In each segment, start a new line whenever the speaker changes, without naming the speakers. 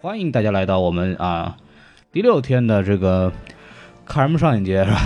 欢迎大家来到我们啊第六天的这个看什么上影节是吧？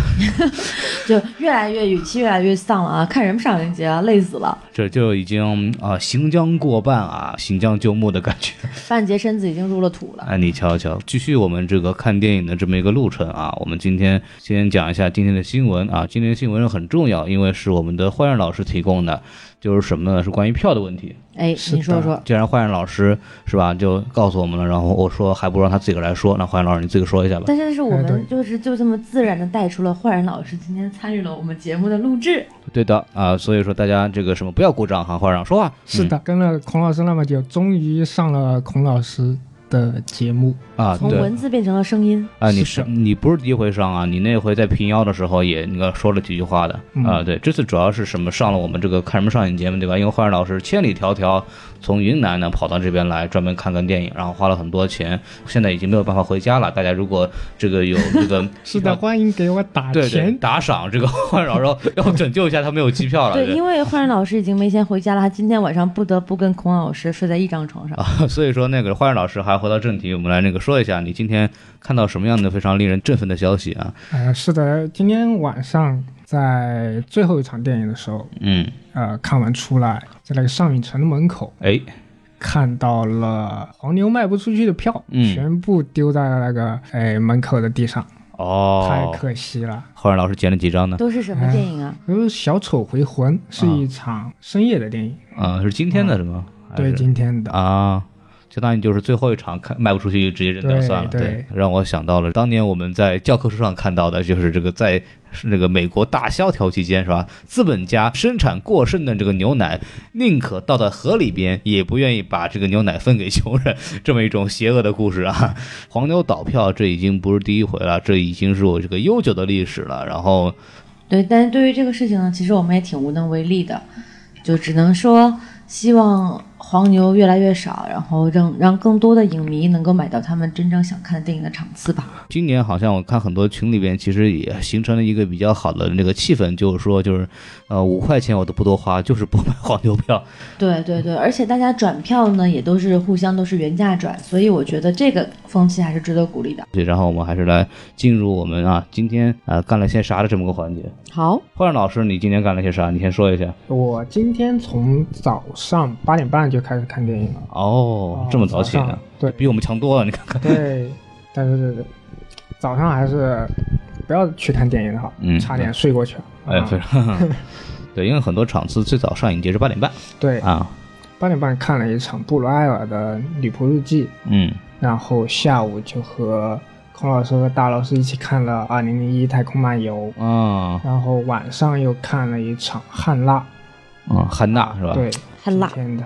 就越来越语气越来越丧了啊！看什么上影节啊，累死了！
这就已经啊行将过半啊，行将就木的感觉。
半截身子已经入了土了。
哎，你瞧瞧，继续我们这个看电影的这么一个路程啊。我们今天先讲一下今天的新闻啊，今天的新闻很重要，因为是我们的坏人老师提供的，就是什么呢？是关于票的问题。
哎，你说说，
既然坏人老师是吧，就告诉我们了，然后我说还不如让他自己来说，那坏人老师你自己说一下吧。
但是是我
哎对
们就是就这么自然的带出了坏人老师今天参与了我们节目的录制，
对的啊、所以说大家这个什么不要鼓掌哈，坏人老师说话。
是的，跟了孔老师那么久，终于上了孔老师的节目。
嗯啊，
从
对。
文字变成了声音。
啊，你
是的
你不是第一回上啊，你那回在平遥的时候也那个说了几句话的、
嗯
啊。对，这次主要是什么上了我们这个看什么上影节目对吧？因为花儿老师千里迢迢从云南呢跑到这边来专门看看电影，然后花了很多钱，现在已经没有办法回家了。大家如果这个有这个
是的，欢迎给我打
对对
钱。
打赏，这个花儿老师要拯救一下他没有机票了。
对，
对
因为坏人老师已经没钱回家了，他今天晚上不得不跟孔老师睡在一张床上。
所以说，那个花儿老师还回到正题，我们来那个说一下，你今天看到什么样的非常令人振奋的消息啊？
呃，是的，今天晚上在最后一场电影的时候，
嗯，
呃，看完出来，在那个上影城的门口
哎，
看到了黄牛卖不出去的票，
嗯
全部丢在了那个哎门口的地上，
哦，
太可惜了。
花儿老师捡了几张呢？
都是什么电影啊？
还有《小丑回魂》是一场深夜的电影，
啊，是今天的是吗？还
对
是
今天的。
啊，相当于就是最后一场看卖不出去，直接扔掉
对
算了。对
对，
让我想到了当年我们在教科书上看到的，就是这个在是那个美国大萧条期间是吧？资本家生产过剩的这个牛奶，宁可倒在河里边，也不愿意把这个牛奶分给穷人，这么一种邪恶的故事啊。黄牛倒票，这已经不是第一回了，这已经是我这个悠久的历史了。然后
对，但是对于这个事情呢，其实我们也挺无能为力的，就只能说希望黄牛越来越少，然后让让更多的影迷能够买到他们真正想看的电影的场次吧。
今年好像我看很多群里边，其实也形成了一个比较好的那个气氛，就是说，就是，呃，五块钱我都不多花，就是不买黄牛票。
对对对，而且大家转票呢，也都是互相都是原价转，所以我觉得这个风气还是值得鼓励的。
对，然后我们还是来进入我们啊，今天啊、干了些啥的这么个环节。
好，
焕然老师，你今天干了些啥？你先说一下。
我今天从早上八点半就开始看电影了，
哦，这么早起
早
呢
上？对
比我们强多了。你看看，
对，但是早上还是不要去看电影的好，
嗯
差点睡过去了。
哎，
啊
非常。对，因为很多场次最早上映节是八点半
对，
啊，
八点半看了一场布鲁埃尔的《女仆日记》，
嗯，
然后下午就和孔老师和大老师一起看了《二零零一太空漫游》，
啊，
然后晚上又看了一场《汉娜
嗯，汉娜是》，吧？，
对，
很辣
今，天的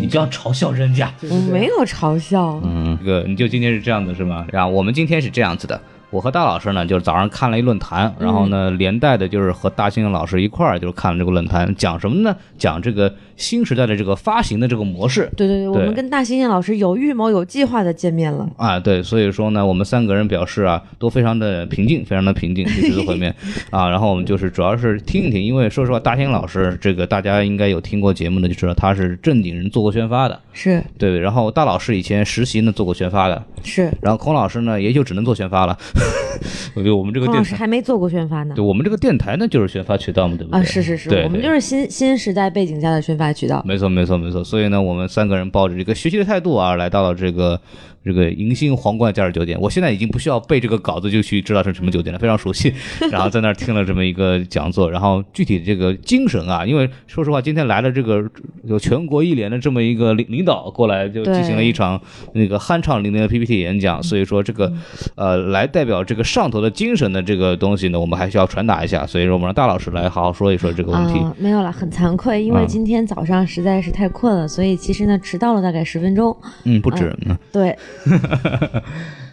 你不要嘲笑人家。
就
我
是
没有嘲笑。
嗯，这个你就今天是这样子是吗？然后我们今天是这样子的，我和大老师呢，就是早上看了一论坛，然后呢，连带的就是和大猩猩老师一块儿就是看了这个论坛，讲什么呢？讲这个新时代的这个发行的这个模式。
对对对，我们
对
跟大猩猩老师有预谋、有计划的见面了。
啊，对，所以说呢，我们三个人表示啊，都非常的平静，非常的平静，这次的会面啊，然后我们就是主要是听一听，因为说实话，大猩猩老师这个大家应该有听过节目的就知道，他是正经人做过宣发的，
是
对，然后大老师以前实习呢做过宣发的，
是，
然后孔老师呢，也就只能做宣发了。 我觉得我们这个
孔
电
老师
台，
还没做过宣发呢。
对我们这个电台呢，就是宣发渠道嘛，对不对？
啊，是是是，
对
我们
对
就是新新时代背景下的宣发渠道。
没错，没错，没错。所以呢，我们三个人抱着一个学习的态度啊，来到了这个这个迎新皇冠假日酒店。我现在已经不需要背这个稿子就去知道是什么酒店了，非常熟悉。然后在那儿听了这么一个讲座，然后具体这个精神啊，因为说实话，今天来了这个有全国一联的这么一个领领导过来，就进行了一场那个酣畅淋漓的 PPT 演讲。所以说这个呃，来代表这个上头的精神的这个东西呢，我们还需要传达一下。所以说，我们让大老师来好好说一说这个问题。
啊，没有了，很惭愧，因为
嗯
今天早上实在是太困了，所以其实呢迟到了大概十分钟。
嗯，不止。嗯
对，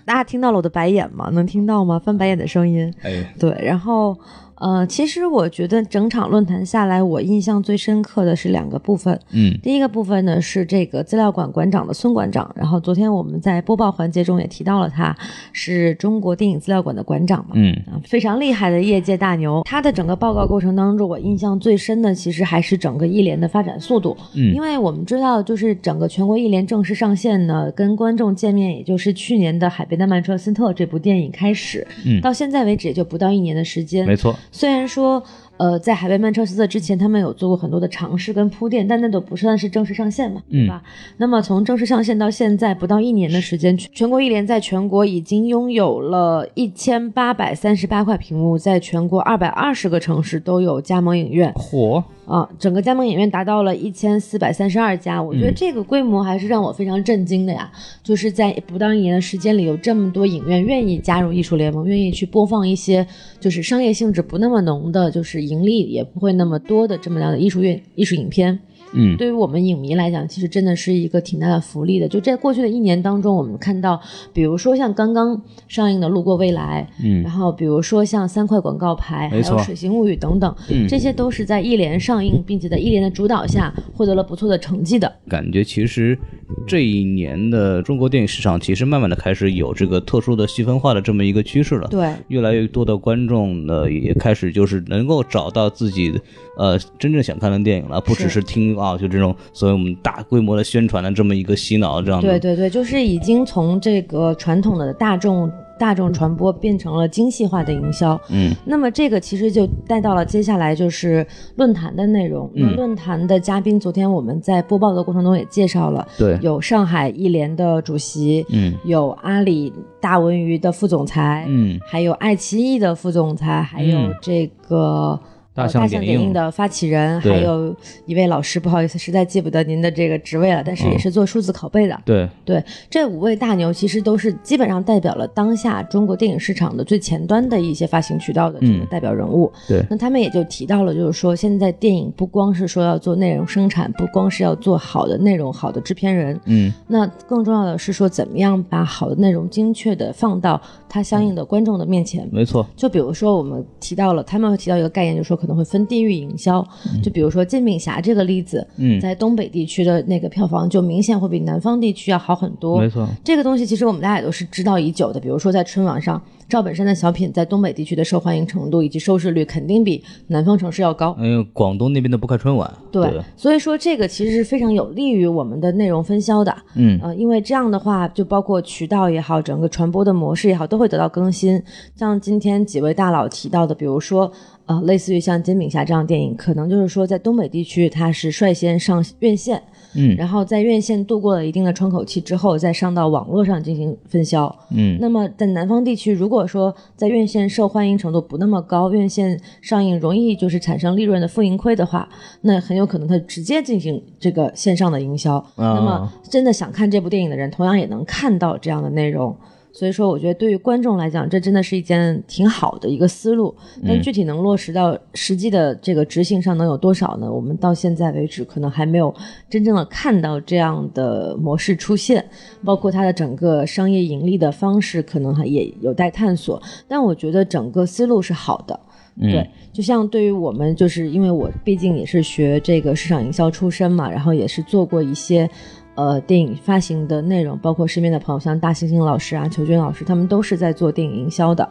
大家听到了我的白眼吗？能听到吗？翻白眼的声音。
哎，
对，然后呃，其实我觉得整场论坛下来，我印象最深刻的是两个部分。
嗯
第一个部分呢是这个资料馆馆长的孙馆长，然后昨天我们在播报环节中也提到了他，是中国电影资料馆的馆长嘛。
嗯
啊，非常厉害的业界大牛，他的整个报告过程当中，我印象最深的其实还是整个一联的发展速度，
嗯
因为我们知道，就是整个全国一联正式上线呢，跟观众见面，也就是去年的《海边的曼彻斯特》这部电影开始，
嗯，
到现在为止也就不到一年的时间，
没错，
虽然说，呃，在海边曼彻斯特之前，他们有做过很多的尝试跟铺垫，但那都不算是正式上线嘛，对吧？那么从正式上线到现在不到一年的时间，全全国一联在全国已经拥有了一千八百三十八块屏幕，在全国二百二十个城市都有加盟影院
火，
啊，整个加盟影院达到了一千四百三十二家，我觉得
嗯
这个规模还是让我非常震惊的呀！就是在不到一年的时间里，有这么多影院愿意加入艺术联盟，愿意去播放一些就是商业性质不那么浓的，就是盈利也不会那么多的这么样的艺术院艺术影片。
嗯
对于我们影迷来讲，其实真的是一个挺大的福利的。就在过去的一年当中，我们看到，比如说像刚刚上映的《路过未来》，然
嗯
后比如说像三块广告牌，还
没
有
错
《水形物语》等等，
嗯，
这些都是在一联上映，并且在一联的主导下获得了不错的成绩的。
感觉其实这一年的中国电影市场其实慢慢的开始有这个特殊的细分化的这么一个趋势了。
对，
越来越多的观众呢，也开始就是能够找到自己，呃，真正想看的电影了，不只
是
是听啊，就这种所谓我们大规模的宣传的这么一个洗脑这样的。
对对对，就是已经从这个传统的大众大众传播变成了精细化的营销。
嗯
那么这个其实就带到了接下来就是论坛的内容。那
嗯
论坛的嘉宾，昨天我们在播报的过程中也介绍了，
对，
有上海一联的主席，
嗯
有阿里大文娱的副总裁，
嗯
还有爱奇艺的副总裁，还有
嗯
这个。
大
呃
象
象
点
点
映
映的发起人，还
对
有一位老师，不好意思，实在记不得您的这个职位了，但是也
嗯
是做数字拷贝的。
对，
对，这五位大牛其实都是基本上代表了当下中国电影市场的最前端的一些发行渠道的这个
嗯
代表人物。
对
那他们也就提到了，就是说现在电影不光是说要做内容生产，不光是要做好的内容、好的制片人，
嗯
那更重要的是说怎么样把好的内容精确的放到它相应的观众的面前。
没错，
就比如说，我们提到了，他们会提到一个概念，就是说可能会分地域营销。就比如说《煎饼侠》这个例子，
嗯，
在东北地区的那个票房就明显会比南方地区要好很多。
没错，
这个东西其实我们大家也都是知道已久的，比如说在春晚上，赵本山的小品在东北地区的受欢迎程度以及收视率肯定比南方城市要高。
因为哎广东那边的不开春晚，
对，所以说这个其实是非常有利于我们的内容分销的。
嗯
呃，因为这样的话，就包括渠道也好，整个传播的模式也好，都会得到更新。像今天几位大佬提到的，比如说，呃，类似于像《煎饼侠》这样的电影，可能就是说在东北地区它是率先上院线，
嗯
然后在院线度过了一定的窗口期之后，再上到网络上进行分销。
嗯，
那么在南方地区，如果说在院线受欢迎程度不那么高，院线上映容易就是产生利润的负盈亏的话，那很有可能它直接进行这个线上的营销。那么真的想看这部电影的人，同样也能看到这样的内容。所以说，我觉得对于观众来讲，这真的是一件挺好的一个思路。但具体能落实到实际的这个执行上，能有多少呢？我们到现在为止，可能还没有真正的看到这样的模式出现，包括它的整个商业盈利的方式，可能还也有待探索。但我觉得整个思路是好的。
嗯
对，就像对于我们，就是因为我毕竟也是学这个市场营销出身嘛，然后也是做过一些呃电影发行的内容，包括身边的朋友，像大猩猩老师啊、裘军老师，他们都是在做电影营销的。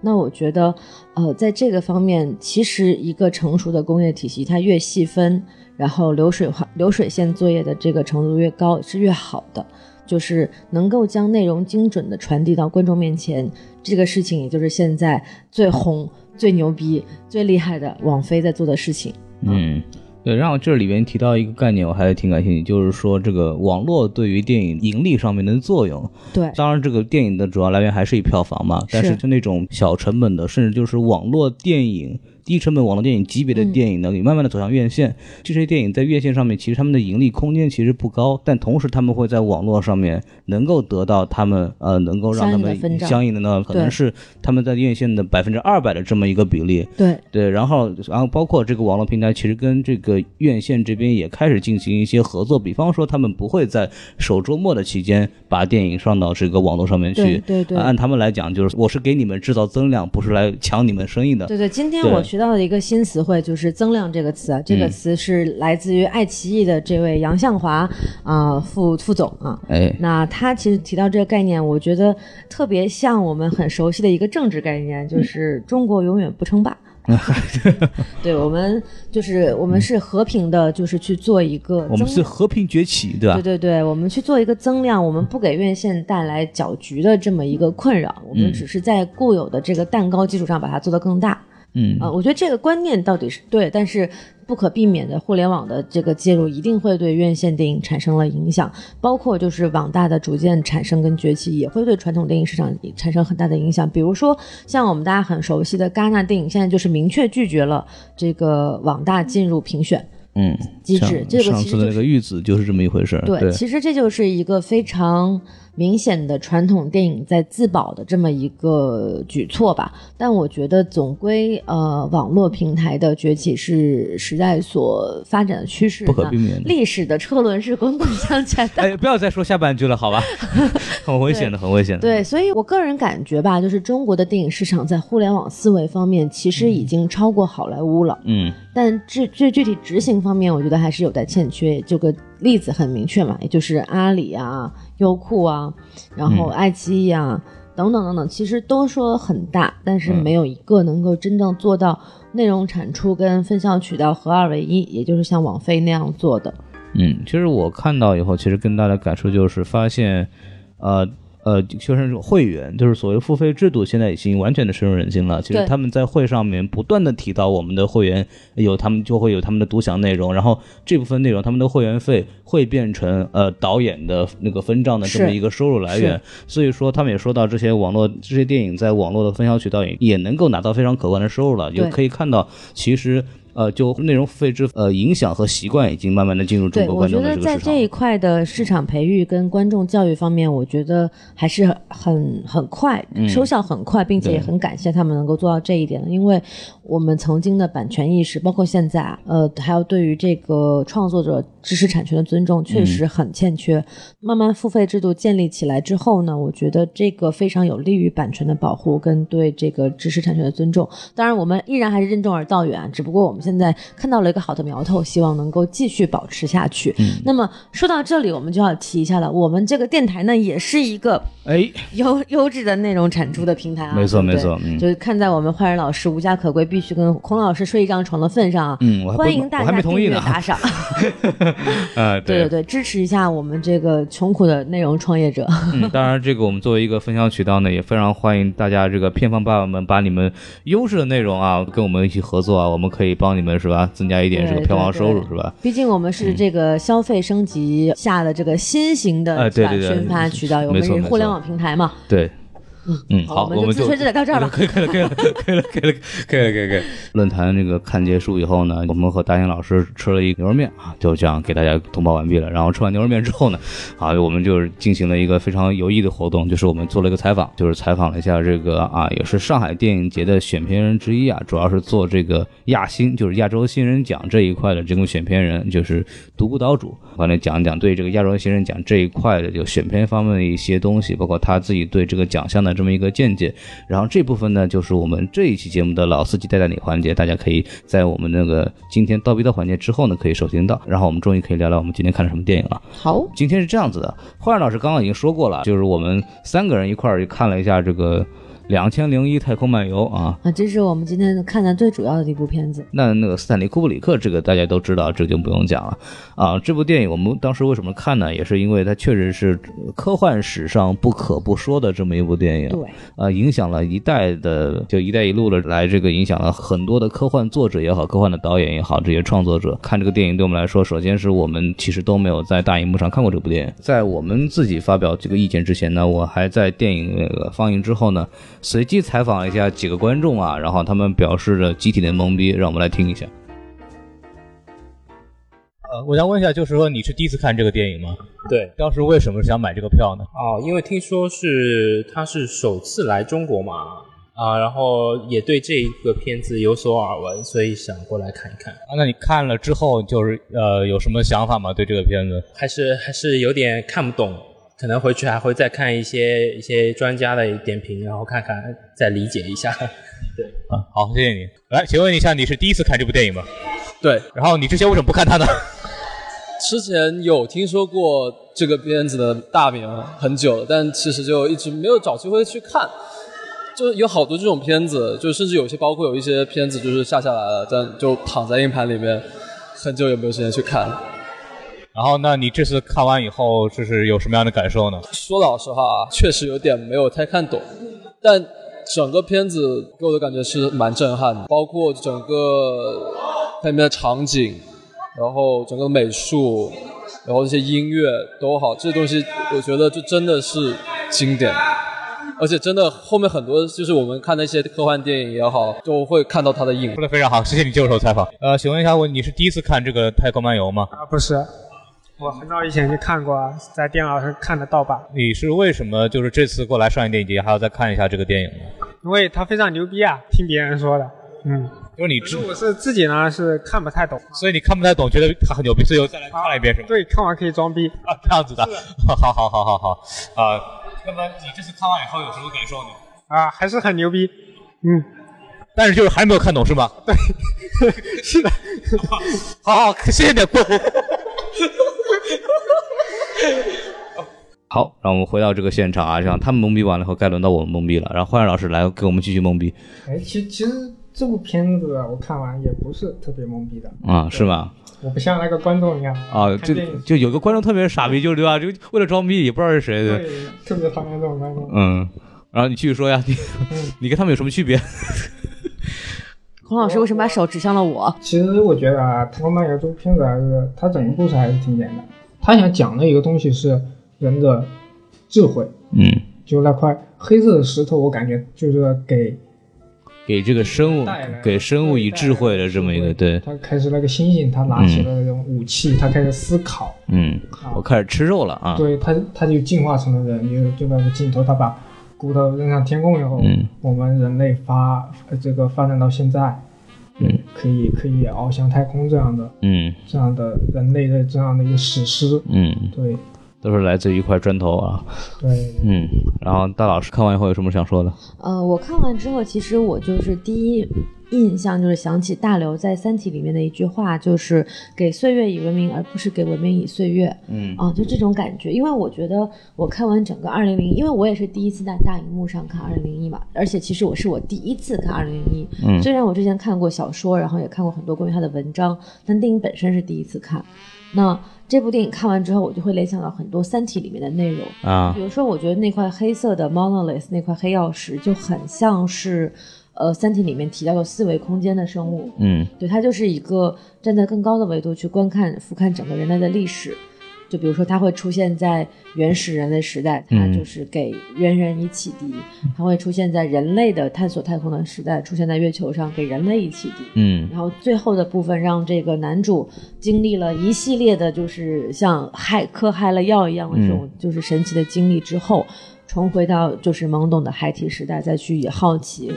那我觉得，呃，在这个方面，其实一个成熟的工业体系，它越细分，然后流水化、流水线作业的这个程度越高，是越好的。就是能够将内容精准的传递到观众面前，这个事情也就是现在最红、最牛逼、最厉害的网飞在做的事情。
嗯，对，然后这里边提到一个概念，我还挺感兴趣，就是说这个网络对于电影盈利上面的作用。
对，
当然，这个电影的主要来源还是以票房嘛，但是
是
就那种小成本的，甚至就是网络电影。低成本网络电影级别的
嗯
电影呢，也慢慢的走向院线。这些电影在院线上面，其实他们的盈利空间其实不高，但同时他们会在网络上面能够得到他们呃，能够让他
相应的分
们
账
相应的呢，可能
对
是他们在院线的百分之二百的这么一个比例。
对，
对，然后然后包括这个网络平台，其实跟这个院线这边也开始进行一些合作，比方说他们不会在首周末的期间把电影上到这个网络上面
对
去。
对对
啊按他们来讲，就是我是给你们制造增量，不是来抢你们生意的。
对对，今天
对
我学到的一个新词汇就是“增量”这个词啊，这个
嗯
词是来自于爱奇艺的这位杨向华啊、副副总啊。
哎，
那他其实提到这个概念，我觉得特别像我们很熟悉的一个政治概念，
嗯
就是中国永远不 称霸。对我们就是我们是和平的，就是去做一个
嗯我们
增
是和平崛起，对吧？
对对对，我们去做一个增量，我们不给院线带来搅局的这么一个困扰，我们
嗯
只是在固有的这个蛋糕基础上把它做得更大。
嗯，
啊，我觉得这个观念到底是对，但是不可避免的，互联网的这个介入一定会对院线电影产生了影响，包括就是网大的逐渐产生跟崛起，也会对传统电影市场产生很大的影响。比如说，像我们大家很熟悉的戛纳电影，现在就是明确拒绝了这个网大进入评选。
嗯，
机
像
制这个
上
其实
次的
就
那
是
个玉子就是这么一回事儿。
对，
对，
其实这就是一个非常明显的传统电影在自保的这么一个举措吧。但我觉得总归呃，网络平台的崛起是时代所发展的趋势，
不可
那
避免的
历史的车轮是滚滚向前 的。
哎，不要再说下半句了， 好吧？很危险的，很危险的。
对，所以我个人感觉吧，就是中国的电影市场在互联网思维方面其实已经超过好莱坞了。
嗯，
但具具具体执行方面，我觉得还是有待欠缺。这个例子很明确嘛，也就是阿里啊、优酷啊，然后爱奇艺啊、等等等等，其实都说很大，但是没有一个能够真正做到内容产出跟分销渠道合二为一，也就是像网飞那样做的。
嗯，其实我看到以后，其实更大的感触就是发现，呃呃，就是会员，就是所谓付费制度，现在已经完全的深入人心了。其实
对
他们在会上面不断的提到我们的会员有他们就会有他们的独享内容，然后这部分内容他们的会员费会变成呃导演的那个分账的这么
是
一个收入来源。所以说，他们也说到这些网络这些电影在网络的分销渠道也也能够拿到非常可观的收入了，
对
就可以看到其实。呃，就内容付费制呃影响和习惯已经慢慢的进入中
对，
国
我
观
觉
众的
得
这个
在
市场
这一
了。
块的市场培育跟观众教育方面，我觉得还是很很快，收效很快，并且也
嗯对
很感谢他们能够做到这一点因为我们曾经的版权意识，包括现在啊，呃，还有对于这个创作者知识产权的尊重，
嗯
确实很欠缺。慢慢付费制度建立起来之后呢，我觉得这个非常有利于版权的保护跟对这个知识产权的尊重。当然，我们依然还是任重而道远啊，只不过我们现在看到了一个好的苗头，希望能够继续保持下去。
嗯
那么说到这里，我们就要提一下了，我们这个电台呢，也是一个
哎，
优优质的内容产出的平台啊，
没错
对不对
没错嗯
就是看在我们坏人老师无家可归，必须跟孔老师睡一张床的份上啊，
嗯我还不
欢迎大
我还
家
没同
订
意
阅
呢
打赏，
啊，
对对对，支持一下我们这个穷苦的内容创业者，
嗯，当然，这个我们作为一个分销渠道呢，也非常欢迎大家这个片方爸爸们把你们优质的内容啊，跟我们一起合作啊，我们可以帮你们是吧，增加一点这个
对
票房
对
收入
对
是吧？
毕竟我们
嗯
是这个消费升级下的这个新型的
哎
是
对
吧
对对
宣发渠道，我
没
们
错
是
没
互联
错
网平台嘛，
对。嗯，好，
好我们就
们
自吹自擂到这儿吧
可以，可以了，可以了，可以了，可以了，可以了，可以了可以了。论坛这个看结束以后呢，我们和大兴老师吃了一牛肉面啊，就这样给大家通报完毕了。然后吃完牛肉面之后呢，啊，我们就是进行了一个非常有意义的活动，就是我们做了一个采访，就是采访了一下这个啊，也是上海电影节的选片人之一啊，主要是做这个亚新，就是亚洲新人奖这一块的这种选片人，就是独孤岛主，完了讲一讲对这个亚洲新人奖这一块的就选片方面的一些东西，包括他自己对这个奖项的这么一个见解。然后这部分呢，就是我们这一期节目的老司机带带你环节，大家可以在我们那个今天叨逼叨环节之后呢，可以收听到。然后我们终于可以聊聊我们今天看了什么电影了。
好，
今天是这样子的，焕然老师刚刚已经说过了，就是我们三个人一块儿去看了一下这个《两千零一太空漫游》啊。
啊，这是我们今天看的最主要的一部片子。
那那个斯坦利·库布里克，这个大家都知道，这个就不用讲了啊。这部电影我们当时为什么看呢？也是因为它确实是科幻史上不可不说的这么一部电影。
对，
呃，影响了一代的，就“一带一路”了，来这个影响了很多的科幻作者也好，科幻的导演也好，这些创作者看这个电影对我们来说，首先是我们其实都没有在大荧幕上看过这部电影，在我们自己发表这个意见之前呢，我还在电影那个放映之后呢。随机采访了一下几个观众啊，然后他们表示着集体的懵逼，让我们来听一下。
呃，我想问一下，就是说你是第一次看这个电影吗？
对，
当时为什么想买这个票呢？
哦，因为听说是他是首次来中国嘛，啊，然后也对这一个片子有所耳闻，所以想过来看一看，
啊，那你看了之后，就是呃，有什么想法吗？对这个片子？
还是还是有点看不懂，可能回去还会再看一些一些专家的点评，然后看看再理解一下。
啊，好，谢谢你。来，请问一下，你是第一次看这部电影吗？
对，
然后你之前为什么不看它呢？
之前有听说过这个片子的大名很久了，但其实就一直没有找机会去看。就是有好多这种片子，就甚至有些包括有一些片子就是下下来了，但就躺在硬盘里面，很久也没有时间去看。
然后，那你这次看完以后，就是有什么样的感受呢？
说老实话啊，确实有点没有太看懂，但整个片子给我的感觉是蛮震撼的，包括整个它里面的场景，然后整个美术，然后这些音乐都好，这些东西我觉得就真的是经典。而且真的，后面很多就是我们看那些科幻电影也好，都会看到它的影
说。的非常好，谢谢你接受采访。呃，请问一下，我你是第一次看这个《太空漫游》吗？
啊，不是，我很早以前就看过啊，在电脑上看的盗版，
你是为什么就是这次过来上影电影节还要再看一下这个电影呢？
因为它非常牛逼啊，听别人说的。嗯，
就是你
可是
知，
我是自己呢是看不太懂，
所以你看不太懂，觉得它很牛逼，所以又再来看了一遍是吗？
对，看完可以装逼。
啊， 这样子的，好好好好好啊。那么你这次看完以后有什么感受呢？
啊，还是很牛逼。嗯，
但是就是还没有看懂是吗？ 对，
是的，
好好，谢 谢你的过。
好，让我们回到这个现场啊，让他们懵逼完了以后，该轮到我们懵逼了。然后幻然老师来给我们继续懵逼
哎，其其实这部片子啊我看完也不是特别懵逼的，
啊，是吗？
我不像那个观众一样
啊，
看
就
电影嗯
就有个观众特别傻逼，就对吧？就为了装逼，也不知道是谁的。
对，特别讨厌这种观众。
嗯，然后你继续说呀，你
嗯
你跟他们有什么区别？
孔老师为什么把手指向了我？
其实我觉得啊，《太空漫游》这部片子还是它整个故事还是挺简单。他想讲的一个东西是人的智慧，
嗯，
就那块黑色的石头，我感觉就是给
给这个生物
带来，
给生物以智慧的这么一个对，
他开始那个猩猩，他拿起了那种武器，他开始思考，
嗯，我开始吃肉了啊，
对他他就进化成了人，就就那个镜头，他把骨头扔上天空以后，
嗯
我们人类发呃这个发展到现在，
嗯，
可以可以翱翔太空这样的
嗯
这样的人类的这样的一个史诗，
嗯，
对
都是来自一块砖头啊，
对，
嗯，然后大老师看完以后有什么想说的？
呃，我看完之后，其实我就是第一印象就是想起大刘在《三体》里面的一句话，就是“给岁月以文明，而不是给文明以岁月”。
嗯
啊，就这种感觉。因为我觉得我看完整个二零零，因为我也是第一次在大荧幕上看二零零一嘛，而且其实我是我第一次看二零零一。
嗯
虽然我之前看过小说，然后也看过很多关于他的文章，但电影本身是第一次看。那这部电影看完之后，我就会联想到很多《三体》里面的内容。
啊
比，如说，我觉得那块黑色的 monolith 那块黑曜石就很像是，呃，《三体》里面提到的四维空间的生物。
嗯
对，它就是一个站在更高的维度去观看、俯瞰整个人类的历史。就比如说，它会出现在原始人类时代，它
嗯
就是给猿人以启迪；它会出现在人类的探索太空的时代，出现在月球上，给人类以启迪。
嗯
然后最后的部分让这个男主经历了一系列的，就是像害嗑嗨了药一样的这种就是神奇的经历之后，重回到就是懵懂的孩提时代，再去以好奇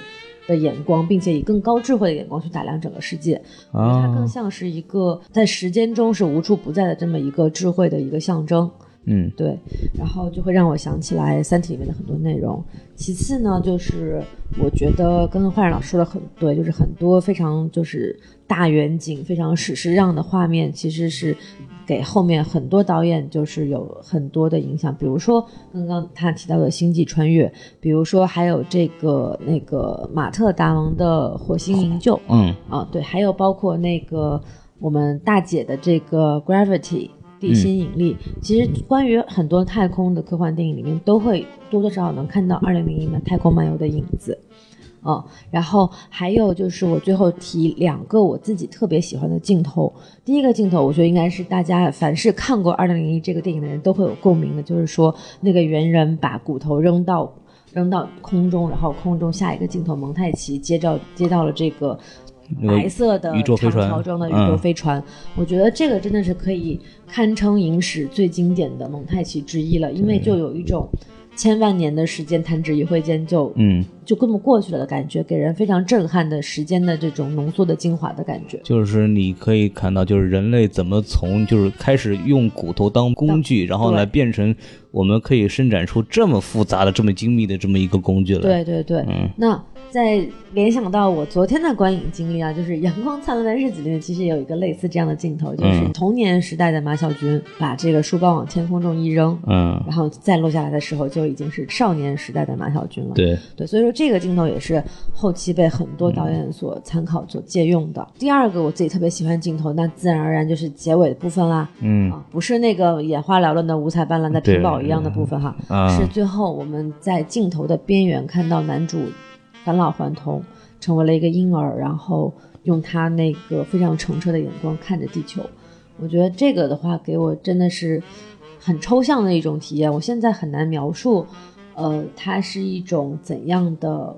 的眼光，并且以更高智慧的眼光去打量整个世界。它
啊
更，像是一个在时间中是无处不在的这么一个智慧的一个象征。
嗯
对，然后就会让我想起来《三体》里面的很多内容。其次呢，就是我觉得刚刚焕然老师说的很对，就是很多非常就是大远景、非常史诗样的画面，其实是给后面很多导演就是有很多的影响。比如说刚刚他提到的《星际穿越》，比如说还有这个那个马特·达蒙的《火星营救》，
嗯
啊，对，还有包括那个我们大姐的这个 Gravity 地心引力，其实关于很多太空的科幻电影里面都会多多少少能看到二零零一的太空漫游的影子。嗯，然后还有就是我最后提两个我自己特别喜欢的镜头。第一个镜头，我觉得应该是大家凡是看过《二零零一》这个电影的人都会有共鸣的，就是说那个猿人把骨头扔到扔到空中，然后空中下一个镜头，蒙太奇接到接到了这个
那个
白色的
宇宙飞
长
船
条状的宇
嗯
宙飞船。我觉得这个真的是可以堪称影史最经典的蒙太奇之一了，因为就有一种千万年的时间弹指一挥间就
嗯，
就根本过去了的感觉，给人非常震撼的时间的这种浓缩的精华的感觉。
就是你可以看到，就是人类怎么从就是开始用骨头当工具，然后呢
对
变成我们可以生产出这么复杂的、这么精密的这么一个工具来。
对，对对，
嗯
那再联想到我昨天的观影经历啊，就是《阳光灿烂的日子》里面其实也有一个类似这样的镜头，就是
嗯
童年时代的马小军把这个书包往天空中一扔，
嗯，
然后再落下来的时候就已经是少年时代的马小军了。
对，
对，所以说这个镜头也是后期被很多导演所参考、所借用的。第二个我自己特别喜欢镜头，那自然而然就是结尾的部分啦。
嗯
啊，不是那个眼花缭乱的五彩斑斓的
对
屏保一样的部分哈，
啊
是最后我们在镜头的边缘看到男主返老还童，成为了一个婴儿，然后用他那个非常澄澈的眼光看着地球。我觉得这个的话，给我真的是很抽象的一种体验，我现在很难描述，呃，它是一种怎样的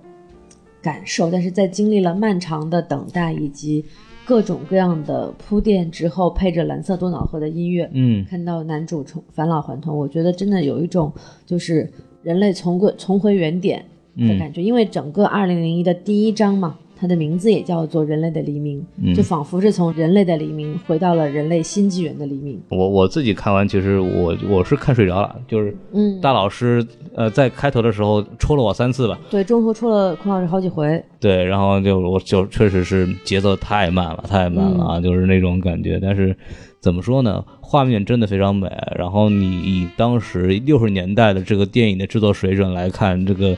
感受。但是在经历了漫长的等待以及各种各样的铺垫之后，配着蓝色多瑙河的音乐，
嗯
看到男主重返老还童，我觉得真的有一种就是人类重归重回原点的
嗯
感觉，因为整个二零零一的第一章嘛。它的名字也叫做《人类的黎明》，
嗯
就仿佛是从人类的黎明回到了人类新纪元的黎明。
我我自己看完，其实我我是看睡着了，就是
嗯，
大老师呃在开头的时候戳了我三次吧，
对，中途出了孔老师好几回，
对，然后就我就确实是节奏太慢了，太慢了啊，就是那种感觉。但是怎么说呢，画面真的非常美。然后你以当时六十年代的这个电影的制作水准来看，这个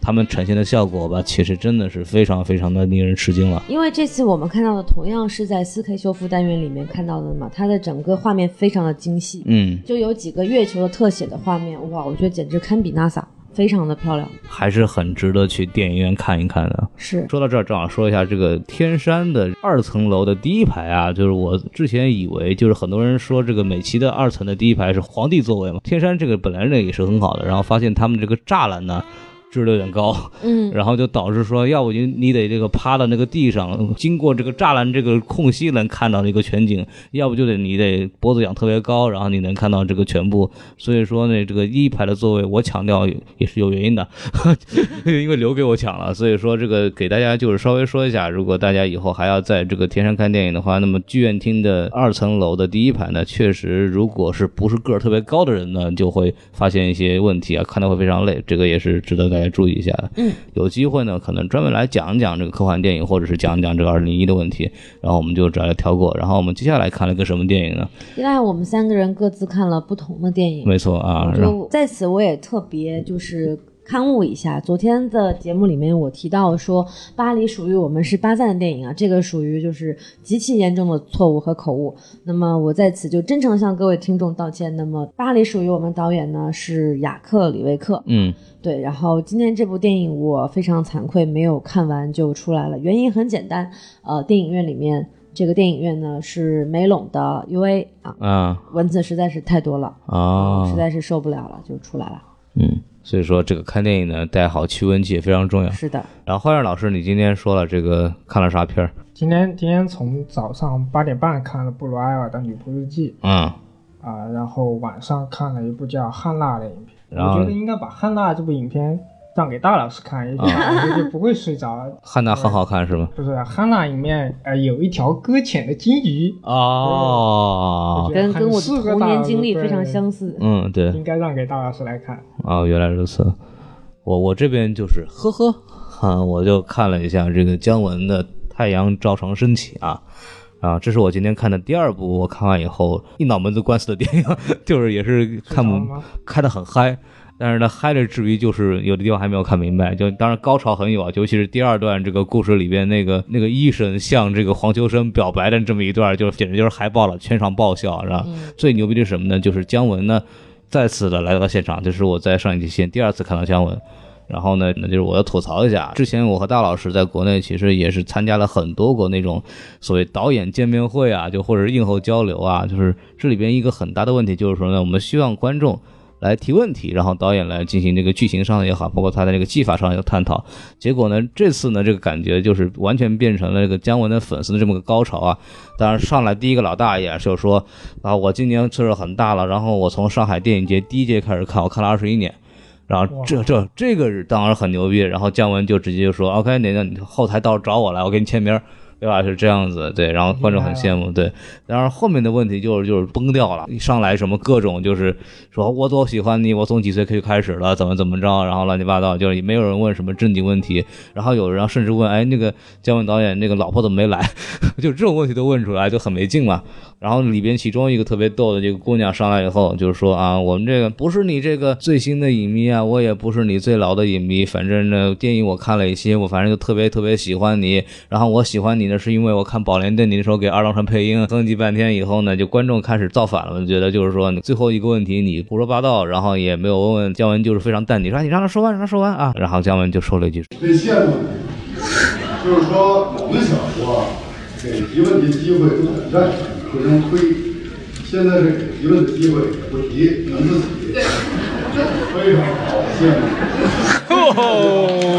他们呈现的效果吧，其实真的是非常非常的令人吃惊了。
因为这次我们看到的同样是在 4K 修复单元里面看到的嘛，它的整个画面非常的精细，
嗯，
就有几个月球的特写的画面，哇，我觉得简直堪比 NASA，非常的漂亮。
还是很值得去电影院看一看的。
是，
说到这儿，正好说一下这个天山的二层楼的第一排啊，就是我之前以为就是很多人说这个美琪的二层的第一排是皇帝座位嘛，天山这个本来那也是很好的，然后发现他们这个栅栏呢。支的有点高，
嗯，
然后就导致说，要不就你得这个趴到那个地上，经过这个栅栏这个空隙能看到这个全景，要不就得你得脖子仰特别高，然后你能看到这个全部。所以说呢，这个一排的座位我抢掉也也是有原因的， 因为留给我抢了。所以说这个给大家就是稍微说一下，如果大家以后还要在这个天山看电影的话，那么剧院厅的二层楼的第一排呢，确实如果是不是个儿特别高的人呢，就会发现一些问题啊，看的会非常累，这个也是值得大家注意一下的。嗯，有机会呢，可能专门来讲一讲这个科幻电影，或者是讲一讲这个二零一的问题。然后我们就只来跳过，然后我们接下来看了个什么电影呢？
另外我们三个人各自看了不同的电影，
没错啊，
我
然后
就在此我也特别就是刊物一下，昨天的节目里面我提到说，巴黎属于我们是巴赞的电影啊，这个属于就是极其严重的错误和口误。那么我在此就真诚向各位听众道歉。那么巴黎属于我们导演呢是雅克·里维克，
嗯
对，然后今天这部电影我非常惭愧没有看完就出来了，原因很简单，呃，电影院里面这个电影院呢是梅陇的 UA 啊，
啊
蚊子实在是太多了。
啊
实，在是受不了了，就出来了。
嗯，所以说这个看电影呢，带好驱蚊剂也非常重要。
是的，
然后花样老师，你今天说了这个看了啥片儿？
今天今天从早上八点半看了布鲁埃尔的《女仆日记
嗯，》
啊、然后晚上看了一部叫《汉娜》的影片。
然后
我觉得应该把《汉娜》这部影片让给大老师看， 也许大
啊
老师就不会睡着。
汉娜很好看是吗？
不是《汉娜》里面呃有一条搁浅的金鱼，
哦啊
我，觉得
跟
很
跟我
适
的
合
童
大
年
老师
经历
对
非常相似。
嗯，对，
应该让给大老师来看。
哦，原来如此。我我这边就是呵呵，哈、我就看了一下这个姜文的《太阳照常升起》啊。啊，这是我今天看的第二部，我看完以后一脑门子官司的电影， 就是也是看不
知道吗
看得很嗨，但是呢，嗨的至于就是有的地方还没有看明白，就当然高潮很有啊，尤其是第二段这个故事里边那个那个医生向这个黄秋生表白的这么一段，就简直就是嗨爆了，全场爆笑，是吧？最牛逼的是什么呢？就是姜文呢再次的来到现场，这是我在上一期线第二次看到姜文。然后呢，那就是我要吐槽一下，之前我和大老师在国内其实也是参加了很多个那种所谓导演见面会啊，就或者是映后交流啊，就是这里边一个很大的问题就是说呢，我们希望观众来提问题，然后导演来进行这个剧情上也好，包括他的这个技法上的探讨。结果呢，这次呢，这个感觉就是完全变成了这个姜文的粉丝的这么个高潮啊。当然，上来第一个老大爷就说啊，我今年岁数很大了，然后我从上海电影节第一届开始看，我看了二十一年。然后这这这个当然很牛逼，然后姜文就直接就说 OK，你你后台到时候找我来，我给你签名儿，对吧？是这样子，对。然后观众很羡慕，对。然后后面的问题就是就是崩掉了，一上来什么各种就是说我多喜欢你，我从几岁可以开始了，怎么怎么着，然后乱七八糟，就是也没有人问什么正经问题。然后有人甚至问，哎，那个姜文导演那个老婆怎么没来？ 就这种问题都问出来，就很没劲嘛。然后里边其中一个特别逗的这个姑娘上来以后，就是说啊，我们这个不是你这个最新的影迷啊，我也不是你最老的影迷，反正呢电影我看了一些，我反正就特别特别喜欢你。然后我喜欢你呢，是因为我看《宝莲灯》你那时候给二郎神配音，登记半天以后呢，就观众开始造反了，觉得就是说你最后一个问题你胡说八道，然后也没有问问姜文，就是非常淡定说、哎你让他说完，让他说完啊。然后姜文就说了一句，
被羡慕你，就是说我们小时候啊给提问题机会都很占，互相推。现在是给提问的机会也不提，难自己，非常好，羡慕你。
哦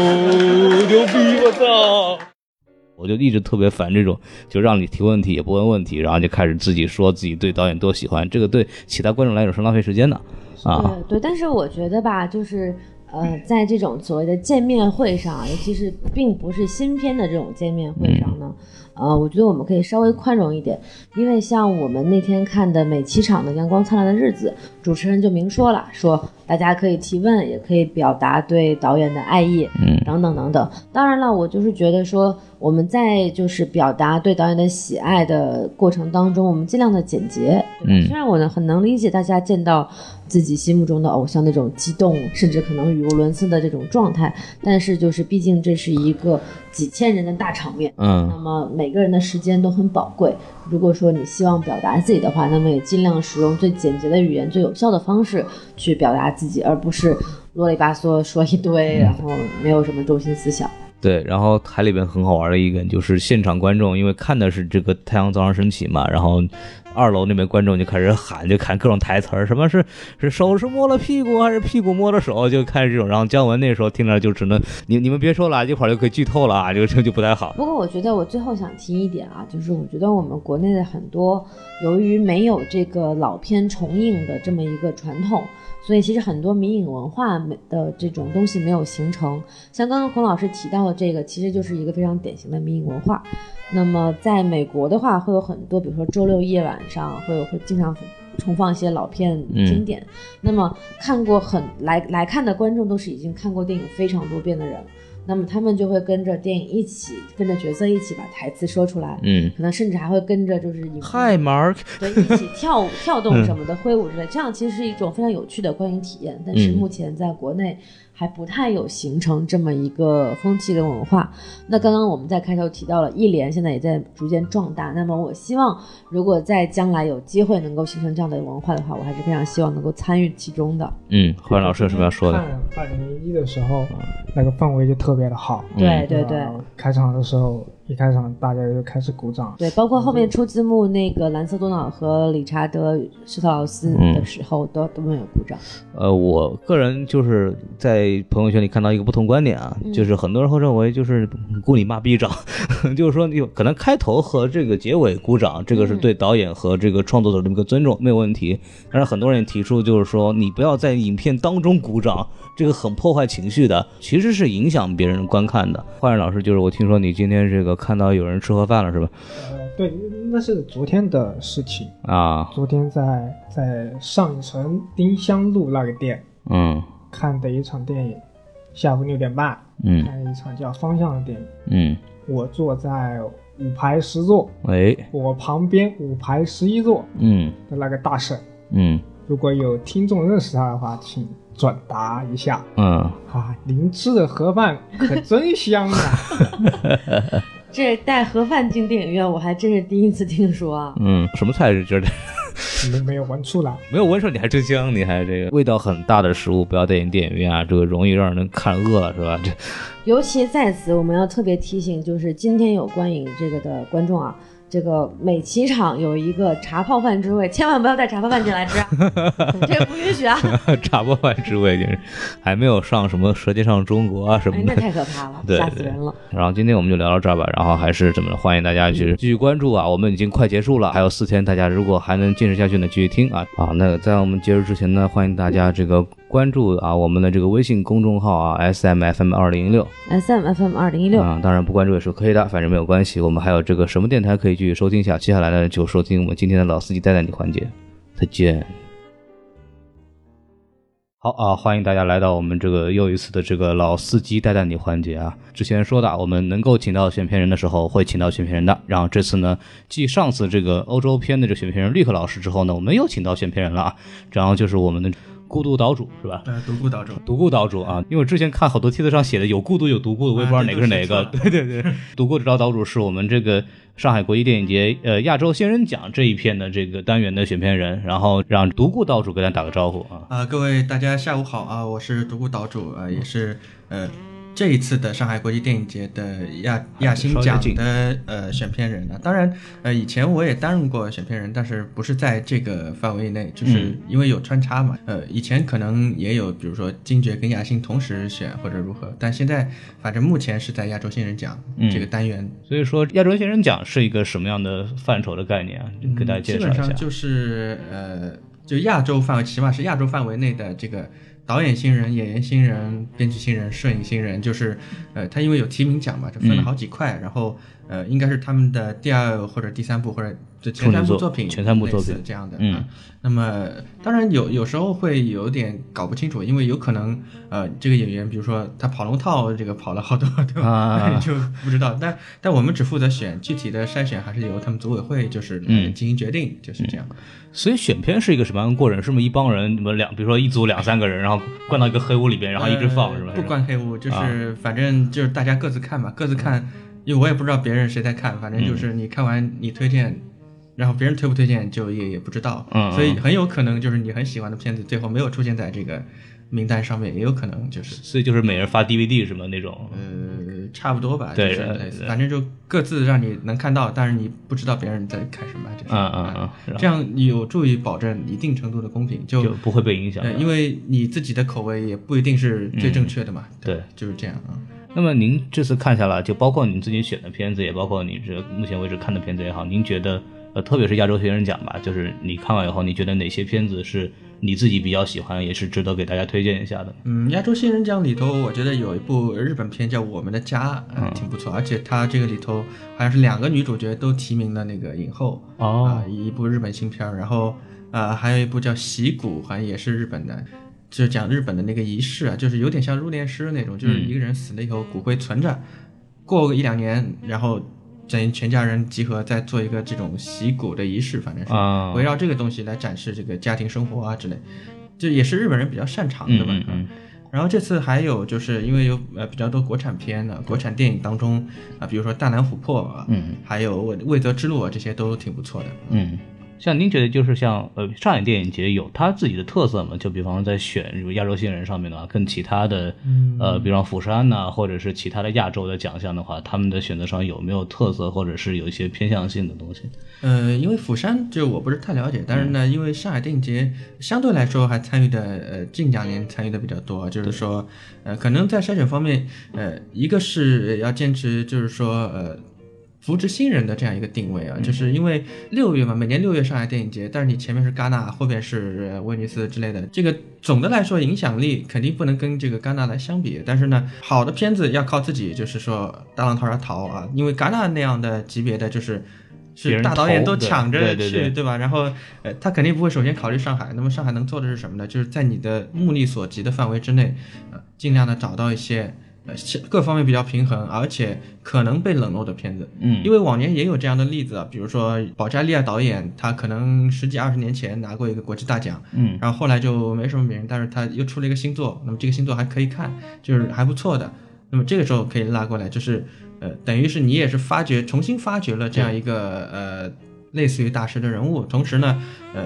我就一直特别烦这种，就让你提问题也不问问题，然后就开始自己说自己对导演多喜欢，这个对其他观众来说是浪费时间的啊。
对对，但是我觉得吧，就是呃，在这种所谓的见面会上啊，尤其是并不是新片的这种见面会上呢，
嗯
呃，我觉得我们可以稍微宽容一点，因为像我们那天看的每期场的《阳光灿烂的日子》，主持人就明说了，说大家可以提问，也可以表达对导演的爱意，
嗯
等等等等。当然了，我就是觉得说，我们在就是表达对导演的喜爱的过程当中，我们尽量的简洁。对吧
嗯
虽然我呢很能理解大家见到自己心目中的偶像那种激动，甚至可能语无伦次的这种状态，但是就是毕竟这是一个几千人的大场面，那
嗯，
么每个人的时间都很宝贵。如果说你希望表达自己的话，那么也尽量使用最简洁的语言、最有效的方式去表达自己，而不是啰里吧嗦说一堆，然后没有什么中心思想。
对。然后海里边很好玩的一个就是现场观众，因为看的是这个太阳早上升起嘛，然后二楼那边观众就开始喊，就喊各种台词儿，什么是是手是摸了屁股还是屁股摸了手，就开始这种。然后姜文那时候听着就只能你你们别说了，一会儿就可以剧透了啊，这个这个就不太好。
不过我觉得我最后想提一点啊，就是我觉得我们国内的很多，由于没有这个老片重映的这么一个传统，所以其实很多民影文化没的这种东西没有形成。像刚刚孔老师提到的这个，其实就是一个非常典型的民影文化。那么在美国的话，会有很多，比如说周六夜晚上会有会经常重放一些老片
嗯
经典。那么看过很来来看的观众都是已经看过电影非常多遍的人，那么他们就会跟着电影一起，跟着角色一起把台词说出来，
嗯
可能甚至还会跟着就是影
，Hi Mark，
对，一起跳舞、跳动什么的，挥舞之类，这样其实是一种非常有趣的观影体验。但是
嗯
目前在国内还不太有形成这么一个风气跟文化。那刚刚我们在开头提到了，艺联现在也在逐渐壮大。那么我希望，如果在将来有机会能够形成这样的文化的话，我还是非常希望能够参与其中的。
嗯，欢迎老师有什么要说的？啊
看二零一一的时候，那个氛围就特别的好。
对对对。
然后开场的时候，一开场大家就开始鼓掌。
对，包括后面出字幕那个蓝色多瑙和理查德施特劳斯的时候，都都没有鼓掌。
呃，我个人就是在朋友圈里看到一个不同观点啊，就是很多人会认为就是雇你妈逼掌， 就是说你可能开头和这个结尾鼓掌，这个是对导演和这个创作者的一个尊重，没有问题。但是很多人也提出就是说你不要在影片当中鼓掌，这个很破坏情绪的，其实是影响别人观看的。焕然老师，就是我听说你今天这个看到有人吃盒饭了是吧？
呃，对，那是昨天的事情。
啊，
昨天在在上城丁香路那个店
嗯
看的一场电影，下午六点半
嗯
看了一场叫《方向》的电影。
嗯，
我坐在五排十座，
喂，
我旁边五排十一座
嗯
的那个大婶，
嗯
如果有听众认识他的话，请转达一下
嗯，
啊！您吃的盒饭可真香啊！
这带盒饭进电影院，我还真是第一次听说啊。
嗯，什么菜是这的？
没没有闻出来，
没有闻说你还真香，你还这个味道很大的食物，不要带进电影院啊，这个容易让人看饿了，是吧？ 这
尤其在此，我们要特别提醒，就是今天有观影这个的观众啊，这个每七场有一个茶泡饭之位，千万不要带茶泡饭进来吃啊，这个不允许啊！
茶包饭之味就是还没有上什么《舌尖上中国》啊什
哎
么，
那
的。
太可怕了，
对
吓死人了。
然后今天我们就聊到这儿吧，然后还是怎么着，欢迎大家
嗯
去继续关注啊，我们已经快结束了，还有四天，大家如果还能坚持下去呢，继续听啊
嗯
啊。那在我们结束之前呢，欢迎大家这个关注啊我们的这个微信公众号啊 S M F M 二零一六
S M F M 二零一六，
啊，当然不关注也是可以的，反正没有关系。我们还有这个什么电台可以继续收听一下，接下来呢就收听我们今天的老司机带带你环节，再见。好啊，欢迎大家来到我们这个又一次的这个老司机带带你环节啊。之前说的啊，我们能够请到选片人的时候会请到选片人的，然后这次呢，继上次这个欧洲片的这个选片人绿克老师之后呢，我们又请到选片人了啊，然后就是我们的孤独岛主是吧？
呃，独孤岛主，
独孤岛主啊，因为我之前看好多帖子上写的有孤独有独孤的，我也不知道哪个是哪个。
啊
对
这
对对，独孤岛岛主是我们这个上海国际电影节呃亚洲新人奖这一片的这个单元的选片人，然后让独孤岛主给咱打个招呼啊。
啊、各位大家下午好啊，我是独孤岛主啊、呃也是呃这一次的上海国际电影节的亚亚新奖的呃选片人啊。当然，呃以前我也担任过选片人，但是不是在这个范围内，就是因为有穿插嘛。呃，以前可能也有，比如说金爵跟亚新同时选或者如何，但现在反正目前是在亚洲新人奖、
嗯
这个单元
所以说亚洲新人奖是一个什么样的范畴的概念啊？给大家介绍
嗯、基
一
本
下
上。就是呃，就亚洲范围，起码是亚洲范围内的这个导演新人、演员新人、编剧新人、摄影新人，就是呃，他因为有提名奖嘛，这分了
嗯
好几块，然后呃，应该是他们的第二或者第三部或者就前三
处
部
女作
作品，
前三部作品
这样的，
嗯
啊那么当然有有时候会有点搞不清楚，因为有可能呃，这个演员比如说他跑龙套，这个跑了好多，对吧？
啊
就不知道。但但我们只负责选，具体的筛选还是由他们组委会就是来
嗯
进行决定，就是这样。
所以选片是一个什么样的过程？是不是一帮人，你们两，比如说一组两三个人，然后关到一个黑屋里边，然后一直放，
呃
是吧？
不关黑屋，就
啊嗯
是反正就是大家各自看吧，各自看，因为我也不知道别人谁在看，反正就是你看完你推荐。然后别人推不推荐就也也不知道，
嗯嗯
所以很有可能就是你很喜欢的片子最后没有出现在这个名单上面，也有可能就是
所以就是每人发 DVD 什么那种。
呃差不多吧，
嗯对
就是
呃
类似
对
反正就各自让你能看到，但是你不知道别人在看什么，就是啊
嗯嗯嗯，然后
这样有助于保证一定程度的公平，就
就不会被影响
呃。因为你自己的口味也不一定是最正确的嘛，
对，
就是这样啊。
那么您这次看下来，就包括您自己选的片子，也包括你这目前为止看的片子也好，您觉得呃，特别是亚洲学生奖吧，就是你看完以后，你觉得哪些片子是你自己比较喜欢，也是值得给大家推荐一下的？
嗯，亚洲新人奖里头，我觉得有一部日本片叫《我们的家》，
嗯
呃，挺不错，而且它这个里头好像是两个女主角都提名了那个影后
哦
啊、一部日本新片儿，然后啊、呃还有一部叫《习古》，好像也是日本的。就是讲日本的那个仪式啊，就是有点像入殓师那种，就是
嗯
一个人死了以后，骨灰存着，过个一两年，然后整全家人集合，再做一个这种洗骨的仪式，反正是、
啊
围绕这个东西来展示这个家庭生活啊之类，这也是日本人比较擅长
嗯
的吧。啊
嗯嗯
然后这次还有就是因为有呃比较多国产片的、国产电影当中啊、比如说《大南琥珀》啊，
嗯，
还有《未泽之路》啊，这些都挺不错的。
嗯，像您觉得就是像呃上海电影节有它自己的特色吗？就比方说在选比如亚洲新人上面的话，跟其他的、呃，比方釜山呐、或者是其他的亚洲的奖项的话，他们的选择上有没有特色，或者是有一些偏向性的东西？
呃，因为釜山就我不是太了解，但是呢，因为上海电影节相对来说还参与的呃近两年参与的比较多，就是说呃可能在筛选方面，呃一个是要坚持就是说呃扶植新人的这样一个定位啊，就是因为六月嘛，每年六月上海电影节，但是你前面是戛纳，后边是呃威尼斯之类的，这个总的来说影响力肯定不能跟这个戛纳来相比。但是呢，好的片子要靠自己，就是说大浪淘沙淘啊，因为戛纳那样的级别的就是。
别
是
人
大导演
投
都
对
抢着去，
对对对
吧？然后，呃，他肯定不会首先考虑上海。那么上海能做的是什么呢？就是在你的目力所及的范围之内，呃，尽量的找到一些呃各方面比较平衡，而且可能被冷落的片子。
嗯
因为往年也有这样的例子，啊，比如说保加利亚导演，他可能十几二十年前拿过一个国际大奖，
嗯
然后后来就没什么名，但是他又出了一个新作，那么这个新作还可以看，就是还不错的。那么这个时候可以拉过来，就是呃，等于是你也是发掘，重新发掘了这样一个呃类似于大师的人物，同时呢，呃，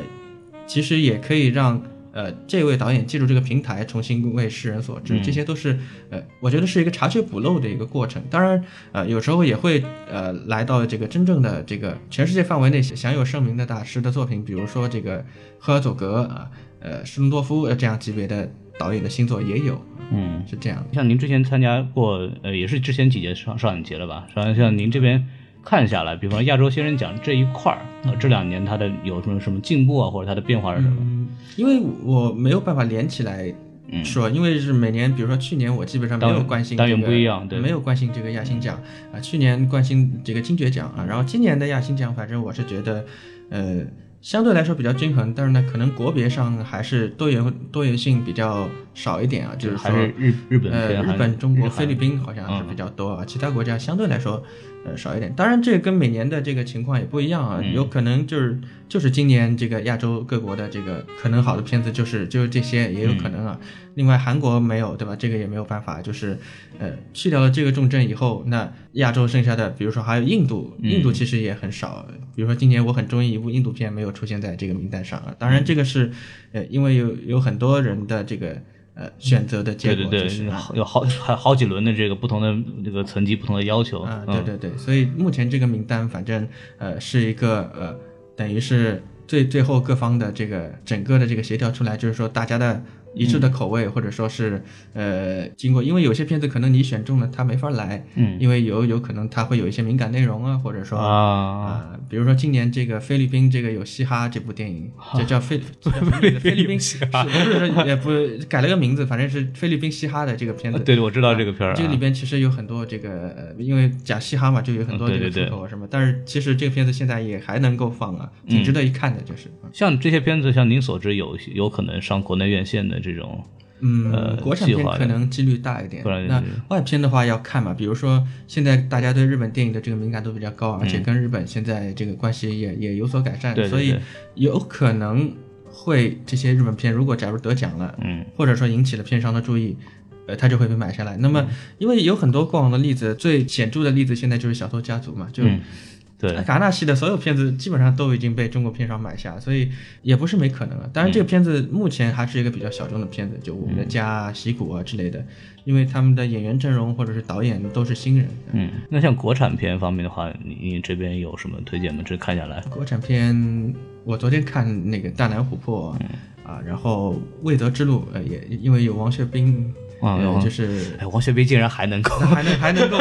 其实也可以让呃这位导演借助这个平台重新为世人所知，这些都是呃我觉得是一个查缺补漏的一个过程。当然，呃有时候也会呃来到这个真正的这个全世界范围内享有盛名的大师的作品，比如说这个赫尔佐格啊、呃施伦多夫呃这样级别的导演的新作也有，
嗯，
是这样的。
像您之前参加过，呃，也是之前几届上上影节了吧？像像您这边看下来，比方亚洲新人奖这一块儿，呃，这两年它的有什么什么进步啊，或者它的变化是什么？
嗯，因为我没有办法连起来
嗯
说，因为是每年，比如说去年我基本上没
当
有
然
关心、这
当
个，
然不一样对
没有关心这个亚新奖啊、去年关心这个金爵奖啊，然后今年的亚新奖，反正我是觉得，呃，相对来说比较均衡，但是呢，可能国别上还是多元多元性比较少一点啊，就是说
还是日日本
呃
片还
日
是
本、中国、
日韩
菲律宾好像是
嗯
比较多啊，其他国家相对来说呃少一点。当然，这跟每年的这个情况也不一样啊，
嗯
有可能就是就是今年这个亚洲各国的这个可能好的片子就是就是这些，也有
嗯
可能啊。另外韩国没有对吧？这个也没有办法，就是呃去掉了这个重症以后，那亚洲剩下的比如说还有印度，
嗯
印度其实也很少。比如说今年我很中意一部印度片没有出现在这个名单上啊，当然这个是呃因为有有很多人的这个。呃，选择的结
对
果
对
就
对，
是
有
啊
好有好还好几轮的这个不同的这个层级、不同的要求。
啊，
嗯
对对对，所以目前这个名单，反正呃是一个呃，等于是最最后各方的这个整个的这个协调出来，就是说大家的一致的口味，或者说是呃经过，因为有些片子可能你选中了它没法来，
嗯
因为有有可能它会有一些敏感内容啊，或者说
啊，
啊，比如说今年这个菲律宾这个有嘻哈这部电影，这叫 菲这叫什么名字啊菲律宾嘻哈，是不是说也不改了个名字，反正是菲律宾嘻哈的这个片子。
对对，我知道这个片儿啊。
这个里边其实有很多这个，呃因为讲嘻哈嘛，就有很多
嗯对
这个
对对
出口啊什么。但是其实这个片子现在也还能够放啊，
嗯
挺值得一看的，就是。啊
像这些片子，像您所知有有可能上国内院线的这种，
嗯，
呃
国产
计
片
划
可
的
能几率大一点
国产。
那
片是
外片的话要看嘛，比如说现在大家对日本电影的这个敏感度比较高，而且跟日本现在这个关系也也有所改善，
嗯对对
所以
对
有可能会这些日本片如果假如得奖了，
嗯，
或者说引起了片商的注意。呃，它就会被买下来。那
嗯
么，因为有很多过往的例子，最显著的例子现在就是《小偷家族》嘛，就
嗯对，
戛纳系的所有片子基本上都已经被中国片商买下，所以也不是没可能了。当然，这个片子目前还是一个比较小众的片子，就我们的家啊、喜谷啊之类的，因为他们的演员阵容或者是导演都是新人。
嗯，那像国产片方面的话，你你这边有什么推荐吗？这看下来，
国产片，我昨天看那个《大南琥珀》啊，然后《未得之路》呃，也因为有王学兵，
啊有
呃
王
就是
哎，王学兵竟然还能够，
还能还能 够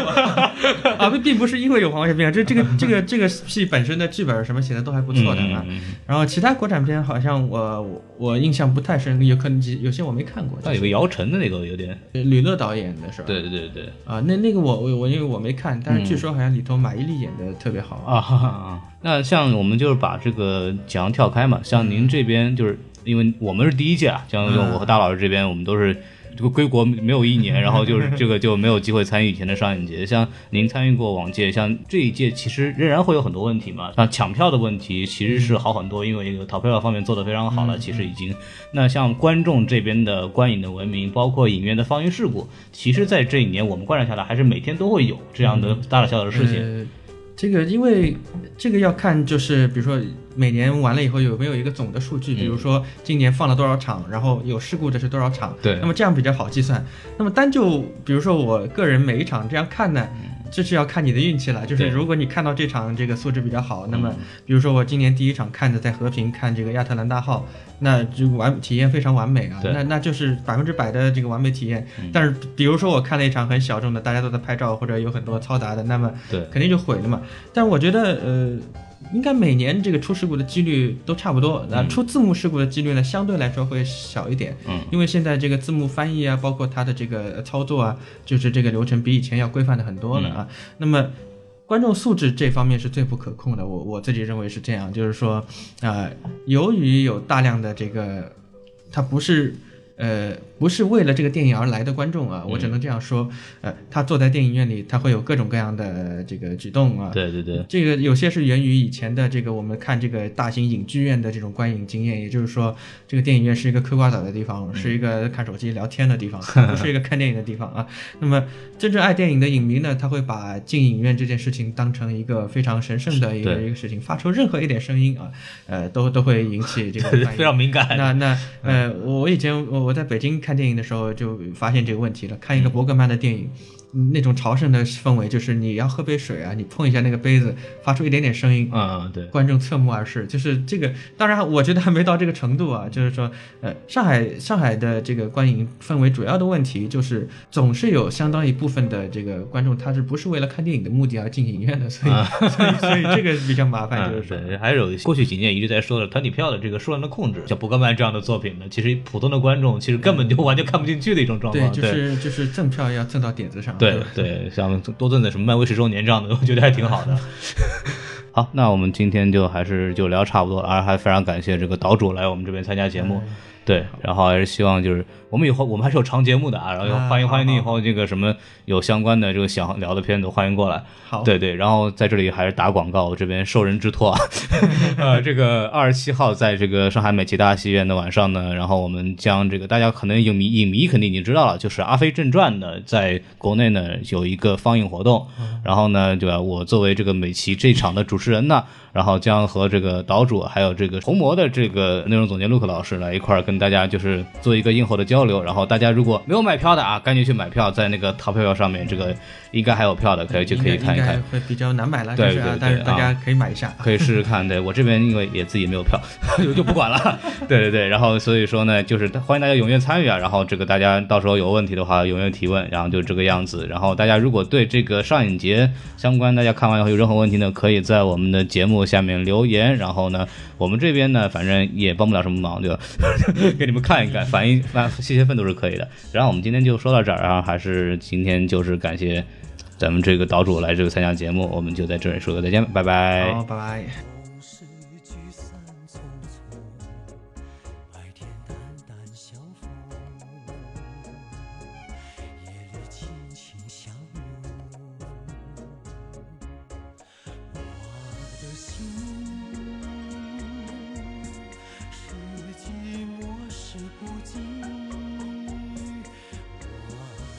啊，并并不是因为有黄血病啊，这这个这个这个戏本身的剧本什么写的都还不错的啊。然后其他国产片好像我我我印象不太深，有可能几有些我没看过。
但有个姚晨的那个有点，
就是吕乐导演的是吧？
对对对对，
啊，那那个我我我因为我没看，但是据说好像里头马伊琍演的特别好啊。
啊 哈哈哈，那像我们就是把这个墙跳开嘛，像您这边就是因为我们是第一届啊，像我和大老师这边，我们都是这个归国没有一年，然后就是这个就没有机会参与以前的上影节。像您参与过往届，像这一届其实仍然会有很多问题嘛，像抢票的问题其实是好很多，因为淘票方面做得非常好了，其实已经。那像观众这边的观影的文明，包括影院的放映事故，其实在这一年我们观察下来，还是每天都会有这样的大大小小的事情。
呃这个因为这个要看，就是比如说每年完了以后有没有一个总的数
嗯
据，比如说今年放了多少场，然后有事故的是多少场，
对
那么这样比较好计算。那么单就比如说我个人每一场这样看呢，这是要看你的运气了。就
嗯
是
对嗯
如果你看到这场这个素质比较好，那么比如说我今年第一场看的在和平看这个亚特兰大号，那就完体验非常完美啊，
对嗯
那那就是百分之百的这个完美体验。但是比如说我看了一场很小众的，大家都在拍照或者有很多嘈杂的，那么
对
肯定就毁了嘛。但是我觉得呃。应该每年这个出事故的几率都差不多，那出字幕事故的几率呢，相对来说会小一点，
嗯
因为现在这个字幕翻译啊，包括它的这个呃操作啊，就是这个流程比以前要规范的很多了啊。那么观众素质这方面是最不可控的，我我自己认为是这样，就是说，啊呃，由于有大量的这个，它不是呃不是为了这个电影而来的观众啊，我只能这样说。呃，他坐在电影院里，他会有各种各样的呃这个举动啊。
对对对，
这个有些是源于以前的这个我们看这个大型影剧院的这种观影经验，也就是说，这个电影院是一个嗑瓜子儿的地方，
嗯
是一个看手机聊天的地 方，不是一个看电影的地方啊。那么真正爱电影的影迷呢，他会把进影院这件事情当成一个非常神圣的一个
对
一个事情，发出任何一点声音啊，呃，都都会引起 这个反应
非常敏感。
那那
嗯
呃，我以前我我在北京看电影的时候就发现这个问题了，看一个伯格曼的电影。嗯那种朝圣的氛围，就是你要喝杯水啊，你碰一下那个杯子，发出一点点声音，
嗯嗯，对，
观众侧目而视，就是这个。当然，我觉得还没到这个程度啊。就是说，呃，上海上海的这个观影氛围主要的问题就是，总是有相当一部分的这个观众，他是不是为了看电影的目的而进影院的？所以，所以，所以这个比较麻 烦，就是
啊嗯，
说。
对，还有过去几年一直在说的团体票的这个数量的控制，像伯格曼这样的作品呢，其实普通的观众其实根本就完全看不进去的一种状
对，
况。
就
对
是就是赠票要赠到点子上。啊
对对，像多赠的什么漫威十周年这样的，我觉得还挺 好的。好，那我们今天就还是就聊差不多了，而还非常感谢这个岛主来我们这边参加节
嗯
目。对，然后还是希望就是我们以后我们还是有长节目的啊，然后
啊
欢迎
好
欢迎你以
好
后这个什么有相关的这个想聊的片子欢迎过来。
好，
对对，然后在这里还是打广告，我这边受人之托啊，呃，这个二十七号在这个上海美琪大戏院的晚上呢，然后我们将这个大家可能影迷影迷肯定已经知道了，就是《阿飞正传》呢，在国内呢有一个放映活动，然后呢，对吧？我作为这个美琪这场的主持人呢，然后将和这个岛主还有这个红魔的这个内容总监陆克老师来一块儿跟大家就是做一个映后的交流。然后大家如果没有买票的啊，赶紧去买票，在那个淘票票上面，这个应该还有票的，可以去
嗯应
可
该
以看一看
应。该会比较难买了，就
对
是
对
啊
对，
但是大
啊
家可以买一下。
可以试试看。对我这边因为也自己没有票，就就不管了。对对对，然后所以说呢，就是欢迎大家踊跃参与啊。然后这个大家到时候有问题的话踊跃提问，然后就这个样子。然后大家如果对这个上影节相关大家看完以后有任何问题呢，可以在我们的节目下面留言。然后呢，我们这边呢反正也帮不了什么忙，对吧？给你们看一看，反映反泄泄愤都是可以的。然后我们今天就说到这儿啊，还是今天就是感谢。咱们这个岛主来这个参加节目，我们就在这里说个再见，拜拜。
好，拜
往
拜。
事聚散匆匆，爱天淡淡相逢。夜里轻轻相拥，我的心是寂寞是孤寂，我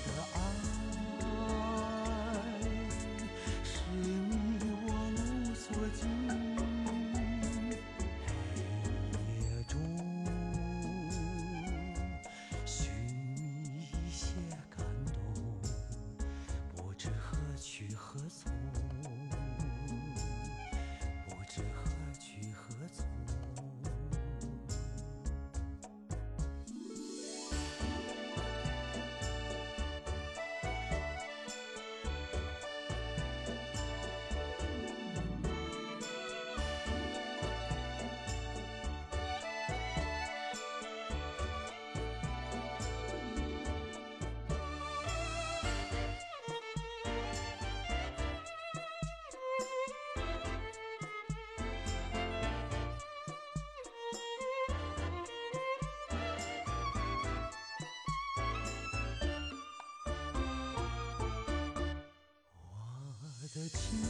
的爱。是你我无所及。黑夜中寻觅一些感动，不知何去何从，不知何去何从。我的情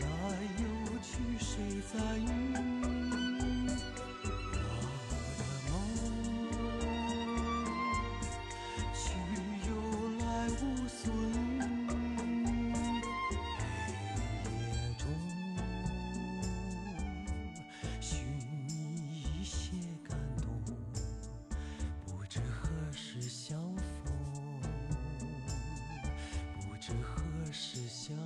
来又去，谁在于？我的梦去又来，无所依。黑夜中寻觅一些感动，不知何时相逢。不知何时相